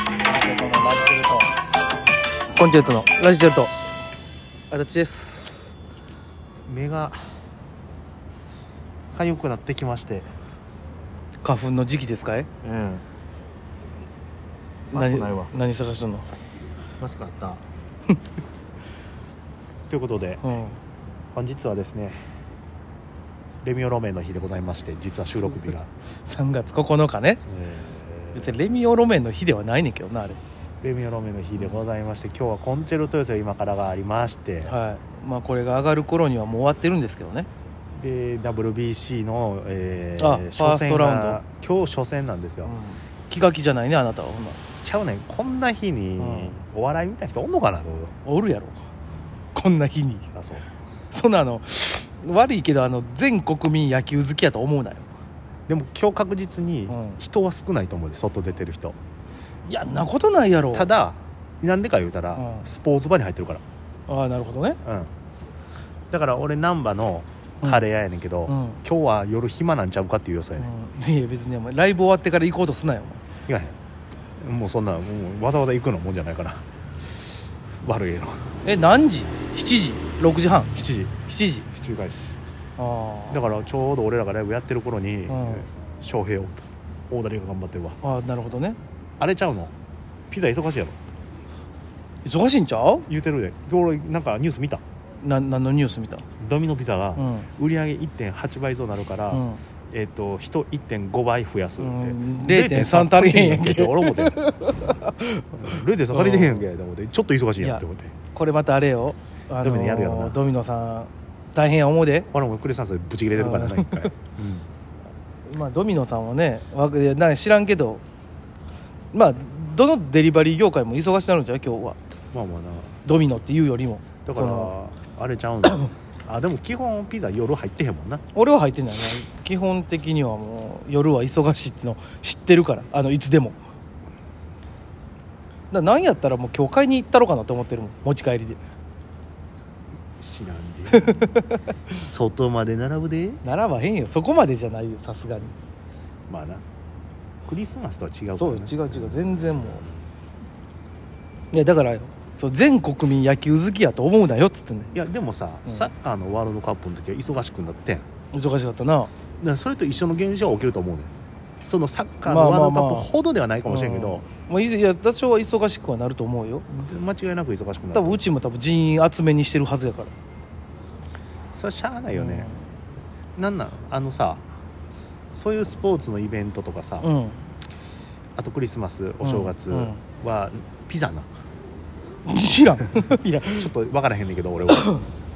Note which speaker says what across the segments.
Speaker 1: のラジルと
Speaker 2: コンチェルトのラジチェルトあらちです
Speaker 1: 目が痒くなってきまして
Speaker 2: 花粉の時期ですかい
Speaker 1: うんマスク
Speaker 2: 何
Speaker 1: ないわ
Speaker 2: 何探しとんの、
Speaker 1: マスクあった ということで
Speaker 2: うん、
Speaker 1: 本日はですねレミオロメンの日でございまして実は収録 日が、
Speaker 2: 3月9日ね
Speaker 1: え
Speaker 2: 別にレミオロメンの日ではないねんけどなあれ
Speaker 1: ーレミオロメンの日でございまして今日はコンチェルト寄せ今からがありまして、
Speaker 2: はいまあこれが上がる頃にはもう終わってるんですけどね
Speaker 1: で WBC の、え
Speaker 2: あ
Speaker 1: 初戦
Speaker 2: ファーストラ
Speaker 1: が今日初戦なんですよ、
Speaker 2: 気が気じゃないねあなたはほんなら
Speaker 1: ちゃうねんこんな日に
Speaker 2: うん
Speaker 1: お笑い見た人おんのかなと思う
Speaker 2: おるやろこんな日に
Speaker 1: あそう
Speaker 2: そんなあの悪いけどあの全国民野球好きやと思うなよ
Speaker 1: でも今日確実に
Speaker 2: うん
Speaker 1: 人は少ないと思うで外出てる人
Speaker 2: いやんなことないやろ
Speaker 1: ただなんでか言うたら、
Speaker 2: うん
Speaker 1: スポーツ場に入ってるか
Speaker 2: ああなるほどね
Speaker 1: ら、うん、だから俺難波のカレー屋やねんけど、
Speaker 2: うんうん
Speaker 1: 今日は夜暇なんちゃうかっていう予想やねん、
Speaker 2: うんいや別にお前ライブ終わってから行こうとすなよ
Speaker 1: 行かへんもうそんなもうわざわざ行くのもんじゃないから 悪いの
Speaker 2: お前え何時7時6時半
Speaker 1: 7時
Speaker 2: 7時
Speaker 1: 7時開始
Speaker 2: あ
Speaker 1: だからちょうど俺らがライブやってる頃に、
Speaker 2: うん
Speaker 1: 翔平を大谷が頑張ってるわ
Speaker 2: ああなるほどね
Speaker 1: あれちゃうのピザ忙しいやろ
Speaker 2: 忙しいんちゃう
Speaker 1: 言うてるで俺なんかニュース見た
Speaker 2: な何のニュース見た
Speaker 1: ドミノピザが
Speaker 2: うん
Speaker 1: 売り上げ1.8倍増なるから、
Speaker 2: うん
Speaker 1: えっと人1.5倍増やすって、
Speaker 2: うん0.3足りへんやんけ
Speaker 1: って俺思ってん 0.3足りてへんやんけって思ってちょっと忙しいやんって思って
Speaker 2: これまたあれよ、あ
Speaker 1: ドミノやるやろな
Speaker 2: ドミノさん大変や思うで、
Speaker 1: 俺もクリスマスでブチ切れてるからな
Speaker 2: うん
Speaker 1: 一回、うん
Speaker 2: まあ、ドミノさんはねわいやなんか知らんけどまあどのデリバリー業界も忙しくなるんじゃう今日は
Speaker 1: まあまあな
Speaker 2: ドミノっていうよりも
Speaker 1: だ
Speaker 2: その
Speaker 1: からあれちゃう のあでも基本ピザ夜入ってへんもんな
Speaker 2: 俺は入ってんだよね基本的にはもう夜は忙しいっていうのを知ってるからあのいつでもだなんやったらもう教会に行ったろかなと思ってるもん持ち帰りで
Speaker 1: 知らん で外まで並ぶで
Speaker 2: 並ばへんよそこまでじゃないよさすがに
Speaker 1: まあなクリスマスとは違うからな
Speaker 2: そうよ違う違う全然もういやだからよそう全国民野球好きやと思うなよっつってね
Speaker 1: いやでもさ、
Speaker 2: うん
Speaker 1: サッカーのワールドカップの時は忙しくなってんだか
Speaker 2: 忙しかったな
Speaker 1: らそれと一緒の現象は起きると思うねんそのサッカー
Speaker 2: まあ
Speaker 1: の
Speaker 2: ま
Speaker 1: ワ
Speaker 2: あまあ
Speaker 1: ールドカップほどではないかもしれんけど、
Speaker 2: うんまあ、いずいや多少は忙しくはなると思うよ
Speaker 1: 間違いなく忙しくなる
Speaker 2: 多分うちも多分人員集めにしてるはずやから
Speaker 1: それはしゃあないよね、なんなんあのさそういうスポーツのイベントとかさ、
Speaker 2: うん
Speaker 1: あとクリスマスお正月
Speaker 2: うん
Speaker 1: は、ピザな
Speaker 2: 知らん いや
Speaker 1: ちょっと分からへんねんけど俺 は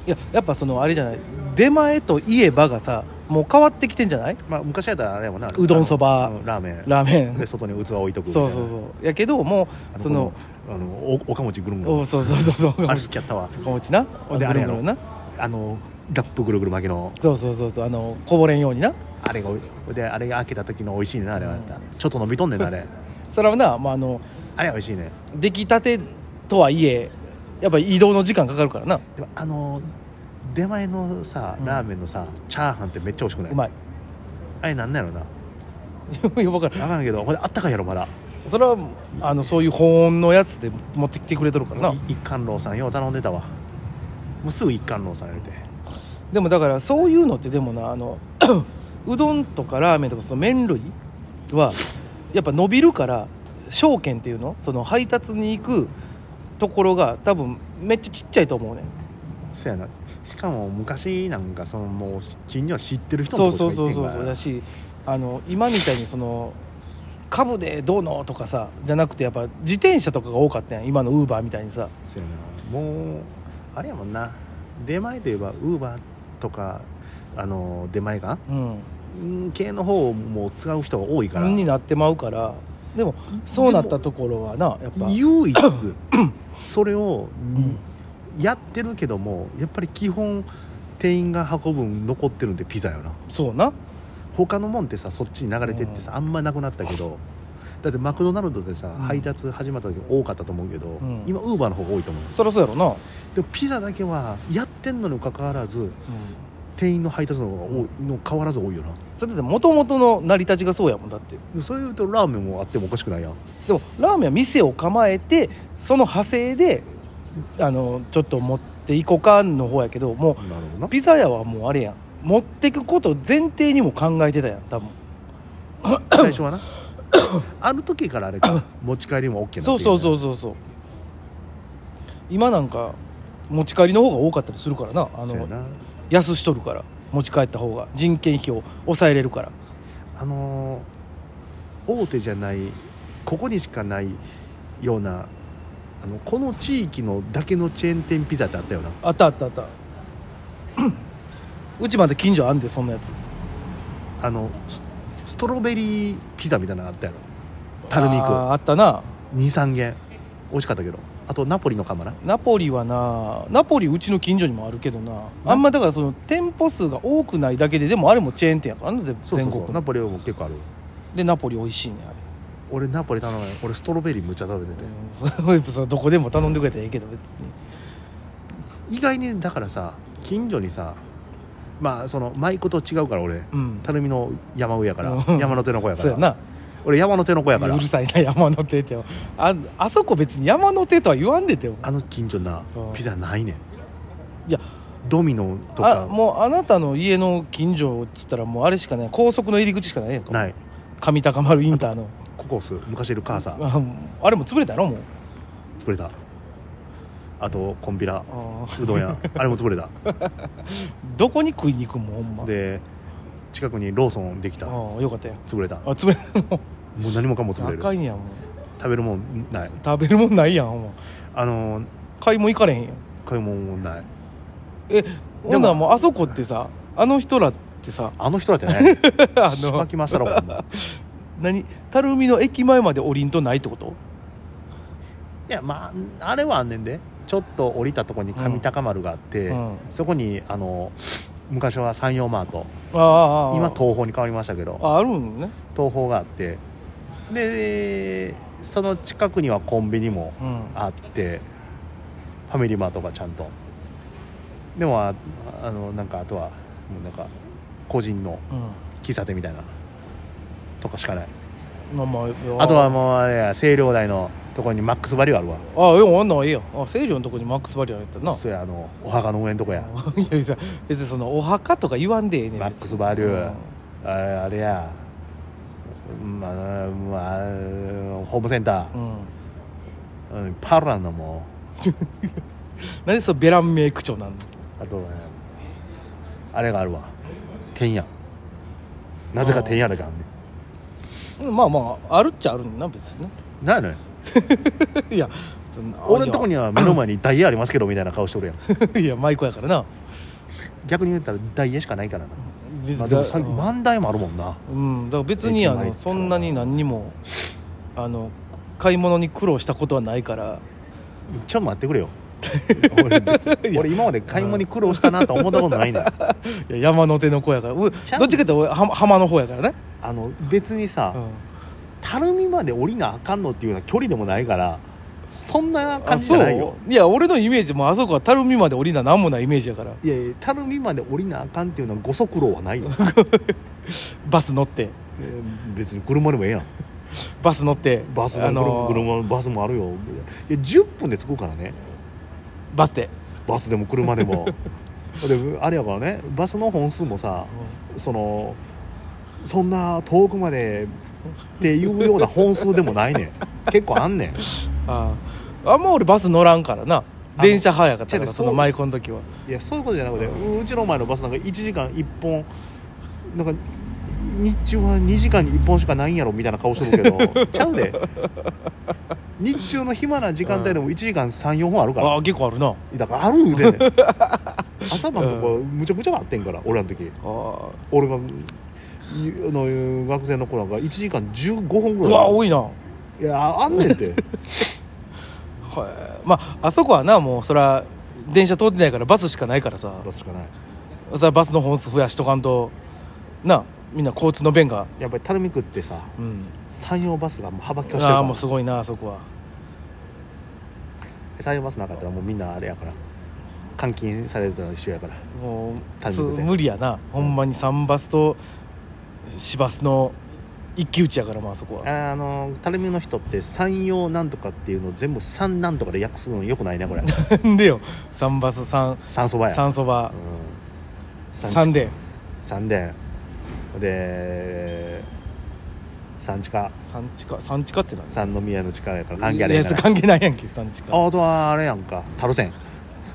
Speaker 2: いややっぱそのあれじゃない出前といえばがさもう変わってきてんじゃない
Speaker 1: まあ昔やったらあれやもんな
Speaker 2: うどんそば
Speaker 1: あのうんラーメン
Speaker 2: ラーメ
Speaker 1: で
Speaker 2: ン
Speaker 1: 外に器置いとくみたい
Speaker 2: そ
Speaker 1: な
Speaker 2: うそうそうやけども
Speaker 1: あ
Speaker 2: う
Speaker 1: の
Speaker 2: その
Speaker 1: このあのおおかもちぐるんぐる
Speaker 2: おそうそうそうそう
Speaker 1: あれ好きやったわ
Speaker 2: お餅な
Speaker 1: ほんで
Speaker 2: ぐ
Speaker 1: あれ
Speaker 2: る
Speaker 1: や
Speaker 2: ぐ
Speaker 1: ろ
Speaker 2: るな
Speaker 1: あのラップぐるぐる巻きの
Speaker 2: そうそうそうそうあのこぼれんようにな
Speaker 1: あれがであれが開けた時の美味しいねんなあれは、
Speaker 2: うん
Speaker 1: ちょっと伸びとんねんなあれ
Speaker 2: それはな、まあ、あの
Speaker 1: あれは美味しいね
Speaker 2: 出来たてとはいえやっぱ移動の時間かかるからな
Speaker 1: でもあの出前のさ
Speaker 2: うん
Speaker 1: ラーメンのさ、チャーハンってめっちゃ美味しくないう
Speaker 2: まい
Speaker 1: あれなんなんやろな
Speaker 2: いや分からん
Speaker 1: 分からんけどこれあったかいやろまだ
Speaker 2: それはあのそういう保温のやつで持ってきてくれとるからない
Speaker 1: 一貫楼さんよう頼んでたわもうすぐ一貫楼さんやれて
Speaker 2: でもだからそういうのってでもなあの うどんとかラーメンとかその麺類はやっぱ伸びるから証券っていうのその配達に行くところが多分めっちゃちっちゃいと思うねん
Speaker 1: そやなしかも昔なんかそのもう近所知ってる人
Speaker 2: そ
Speaker 1: の
Speaker 2: う
Speaker 1: と
Speaker 2: そ
Speaker 1: こ
Speaker 2: う
Speaker 1: しか
Speaker 2: そ
Speaker 1: 行ってんか
Speaker 2: うそう
Speaker 1: ら
Speaker 2: そうだしあの今みたいにその株でどうのとかさじゃなくてやっぱ自転車とかが多かったやん今のウーバーみたいにさ
Speaker 1: そやなもうあれやもんな出前といえばウーバーとかあの出前が
Speaker 2: うん
Speaker 1: 系の方をもう使う人が多いから
Speaker 2: になってまうからでもそうなったところはなやっぱ
Speaker 1: 唯一それを、
Speaker 2: ん
Speaker 1: やってるけどもやっぱり基本店員が運ぶん残ってるんでピザよな
Speaker 2: そうな
Speaker 1: 他のもんってさそっちに流れてってさ、あんまなくなったけどだってマクドナルドでさ、
Speaker 2: ん
Speaker 1: 配達始まった時多かったと思うけど、
Speaker 2: ん
Speaker 1: 今ウーバーの方が多いと思う
Speaker 2: そりゃそうやろな、
Speaker 1: でもピザだけはやってんのにもかかわらず店員の配達の方が多いの変わらず多いよな
Speaker 2: それでもともとの成り立ちがそうやもんだって
Speaker 1: そういうとラーメンもあってもおかしくないやん
Speaker 2: でもラーメンは店を構えてその派生であのちょっと持っていこうかの方やけど
Speaker 1: な
Speaker 2: も
Speaker 1: るほど
Speaker 2: う
Speaker 1: な
Speaker 2: ピザ屋はもうあれやん持ってくこと前提にも考えてたやん多分
Speaker 1: 最初はなあの時からあれか持ち帰りも OK な
Speaker 2: そうそうそううそうそう今なんか持ち帰りの方が多かったりするからなあ
Speaker 1: そうや
Speaker 2: の
Speaker 1: な
Speaker 2: 安しとるから持ち帰った方が人件費を抑えれるから
Speaker 1: あのー大手じゃないここにしかないようなあのこの地域のだけのチェーン店ピザってあったよな
Speaker 2: あったあった あったうちまで近所あんでそんなやつ
Speaker 1: あのスストロベリーピザみたいなのあったやろパルミ
Speaker 2: あー
Speaker 1: コ
Speaker 2: あったな
Speaker 1: 23軒美味しかったけどあとナポリの釜な
Speaker 2: ナポリはなナポリうちの近所にもあるけどなあんまだからその店舗数が多くないだけででもあれもチェーン店やからな全部
Speaker 1: そうそう
Speaker 2: 全
Speaker 1: そう
Speaker 2: 国
Speaker 1: ナ
Speaker 2: の
Speaker 1: ポリも結構ある
Speaker 2: でナポリ美味しいねあれ
Speaker 1: 俺ナポリ頼まない俺ストロベリーむっちゃ食べてて
Speaker 2: うんそれどこでも頼んでくれたらええけど別に
Speaker 1: 意外にだからさ近所にさまあその舞妓と違うから俺
Speaker 2: うん
Speaker 1: 頼みの山上やから
Speaker 2: うん
Speaker 1: 山の手の子やか
Speaker 2: そう
Speaker 1: ら
Speaker 2: やな
Speaker 1: 俺山の手の子やから
Speaker 2: うるさいな山の手ってああそこ別に山の手とは言わんでてよ
Speaker 1: あの近所な
Speaker 2: うん
Speaker 1: ピザないねん
Speaker 2: いや
Speaker 1: ドミノとか
Speaker 2: あもうあなたの家の近所っつったらもうあれしかない高速の入り口しかないやんか
Speaker 1: ない
Speaker 2: 上高丸インターの
Speaker 1: ココス昔いる母さん
Speaker 2: ああれも潰れたやろもう
Speaker 1: 潰れたあとコンビラ
Speaker 2: あー
Speaker 1: うどん屋あれも潰れた
Speaker 2: どこに食いに行くもんほんま
Speaker 1: で近くにローソンできた
Speaker 2: ああよかったやん
Speaker 1: 潰れた
Speaker 2: あ
Speaker 1: も
Speaker 2: 潰れも
Speaker 1: う何もかも
Speaker 2: う
Speaker 1: 潰れ
Speaker 2: 高
Speaker 1: る
Speaker 2: いんやもう
Speaker 1: 食べるもんない
Speaker 2: 食べるもんないやんほんま
Speaker 1: あのー
Speaker 2: 買いも行かれへんやん
Speaker 1: 買い物もない
Speaker 2: え
Speaker 1: で
Speaker 2: ほ
Speaker 1: も
Speaker 2: なもうあそこってさあの人らってさ
Speaker 1: あの人だってね
Speaker 2: あ
Speaker 1: しば
Speaker 2: の
Speaker 1: きましたろほんまい
Speaker 2: 何垂水の駅前まで降りんとないってこと
Speaker 1: やまああれはあんねんでちょっと降りたとこに上高丸があって、
Speaker 2: うん
Speaker 1: そこにあの昔は山陽マート
Speaker 2: ああああ
Speaker 1: 今東宝に変わりましたけど
Speaker 2: ああるんね
Speaker 1: 東宝があってでその近くにはコンビニも
Speaker 2: うん
Speaker 1: あってファミリーマートがちゃんとでもああのなんかあとはもうなんか個人の
Speaker 2: う
Speaker 1: 喫茶店みたいなとかしかない
Speaker 2: んまあまあ
Speaker 1: あとはもうあれや清涼台のところにマックスバリューあるわ
Speaker 2: あああよあんなんええやんあ清涼のとこにマックスバリアやったな
Speaker 1: そやあのお墓の上のとこや
Speaker 2: いやいや別にそのお墓とか言わんでええねん
Speaker 1: マックスバリューあれあれやまあ、まあ、ホームセンタ
Speaker 2: う
Speaker 1: ー、
Speaker 2: ん、うん、
Speaker 1: うん、パールなんだもん
Speaker 2: 何でそのベラン名口調なんの
Speaker 1: あとねあれがあるわてんやなぜかてんやだけあんね
Speaker 2: うんまあまああるっちゃあるんだな別にね
Speaker 1: んなんやねん
Speaker 2: いやそんな
Speaker 1: 俺のとこには目の前にダイヤありますけどみたいな顔してるやん
Speaker 2: いや舞妓やからな
Speaker 1: 逆に言ったらダイヤしかないからな、
Speaker 2: 別
Speaker 1: まあ、でも最
Speaker 2: う
Speaker 1: 後
Speaker 2: ん
Speaker 1: 万代もあるもんな
Speaker 2: うん、だから別にあ
Speaker 1: 駅前行
Speaker 2: の
Speaker 1: ったら
Speaker 2: そんなに何にもあの買い物に苦労したことはないから
Speaker 1: ちょっと待ってくれ よ俺別に俺今まで買い物に苦労したなと思ったことないね ん
Speaker 2: いや山の手の子やからうどっち
Speaker 1: ちゃ
Speaker 2: か
Speaker 1: う
Speaker 2: っていうと俺は浜の方やからね、
Speaker 1: あの別にさ、頼みまで降りなあかんのっていうような距離でもないからそんな感じじゃないよ
Speaker 2: いや俺のイメージもあそこは垂水まで降りな何もないイメージやから
Speaker 1: いやいや頼みまで降りなあかんっていうのはご足労は ないよ
Speaker 2: バス乗って
Speaker 1: えー別に車でもええやん
Speaker 2: バス乗って
Speaker 1: バスも、
Speaker 2: あの
Speaker 1: 車バスもあるよいや10分で着くからね
Speaker 2: バスで、
Speaker 1: バスでも車で もであれやからねバスの本数もさそのそんな遠くまでっていうような本数でもないねん結構あんねん
Speaker 2: あああんま俺バス乗らんからな
Speaker 1: の
Speaker 2: 電車派やったか
Speaker 1: 違う
Speaker 2: ら
Speaker 1: ね
Speaker 2: その
Speaker 1: そう
Speaker 2: 舞妓の時はい
Speaker 1: やそういうことじゃなくてうちの前のバスなんか1時間1本なんか日中は2時間に1本しかないんやろみたいな顔してるけ どちゃうで日中の暇な時間帯でも1時間34本あるから
Speaker 2: ああ結構あるな
Speaker 1: だからあるんで 朝晩とかむちゃくちゃあってんから俺らの時
Speaker 2: あ
Speaker 1: 俺がいあの学生の頃なんか1時間15分ぐらい
Speaker 2: う
Speaker 1: う
Speaker 2: わ多いなへ
Speaker 1: いやあんねんって
Speaker 2: えまああそこはなもうそら電車通ってないからバスしかないからさ
Speaker 1: バスしかない
Speaker 2: それはバスの本数増やしとかんとなみんな交通の便が
Speaker 1: やっぱり垂水区ってさ
Speaker 2: うん
Speaker 1: 山陽バスがもう幅利かしてる
Speaker 2: あ
Speaker 1: か
Speaker 2: あ
Speaker 1: ら
Speaker 2: もうすごいなあそこは
Speaker 1: 山陽バスなかったらもうみんなあれやから監禁されると一緒やから
Speaker 2: もう
Speaker 1: 単
Speaker 2: そう
Speaker 1: 独で
Speaker 2: 無理やなほんまに三バスと市バスの一騎打ちやからまあそこは
Speaker 1: あのたるみの人って山陽なんとかっていうのを全部三なんとかで訳すのよくないねこ れ
Speaker 2: なんでよ三バス三
Speaker 1: 三そばや
Speaker 2: 三そば三
Speaker 1: 三
Speaker 2: で
Speaker 1: 三でで三地下
Speaker 2: 三地下三地下って何
Speaker 1: 三宮の地下やから関係あれ
Speaker 2: い
Speaker 1: へん
Speaker 2: やそ
Speaker 1: か
Speaker 2: れ
Speaker 1: ら
Speaker 2: 関係ないやんけ三地下
Speaker 1: ああとはあれやんかタルセン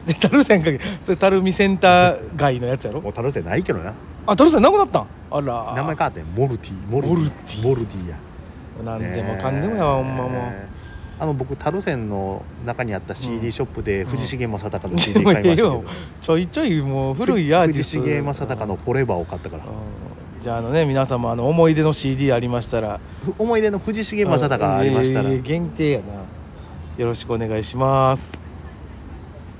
Speaker 2: でタルセンかけそれタルミセンター街のやつやろ
Speaker 1: もうタルセンないけどな
Speaker 2: あタルセンなくなったんあら
Speaker 1: 名前変わってんモルティモルティ
Speaker 2: モルティ
Speaker 1: モルティや
Speaker 2: なんでもかんでもやわほんまもう
Speaker 1: あの僕タルセンの中にあった
Speaker 2: う
Speaker 1: CD
Speaker 2: ん
Speaker 1: ショップで藤重正隆の
Speaker 2: で
Speaker 1: CD
Speaker 2: も
Speaker 1: 買い
Speaker 2: ええ
Speaker 1: ましたけ
Speaker 2: よ
Speaker 1: ど
Speaker 2: ちょいちょいもう古いアーティスト
Speaker 1: 藤重正隆の「フォレバー」を買ったから
Speaker 2: うんじゃああのね皆様あの思い出の CD ありましたら
Speaker 1: ふ思い出の藤重正隆ありましたら
Speaker 2: うんいえいえ限定やなよろしくお願いします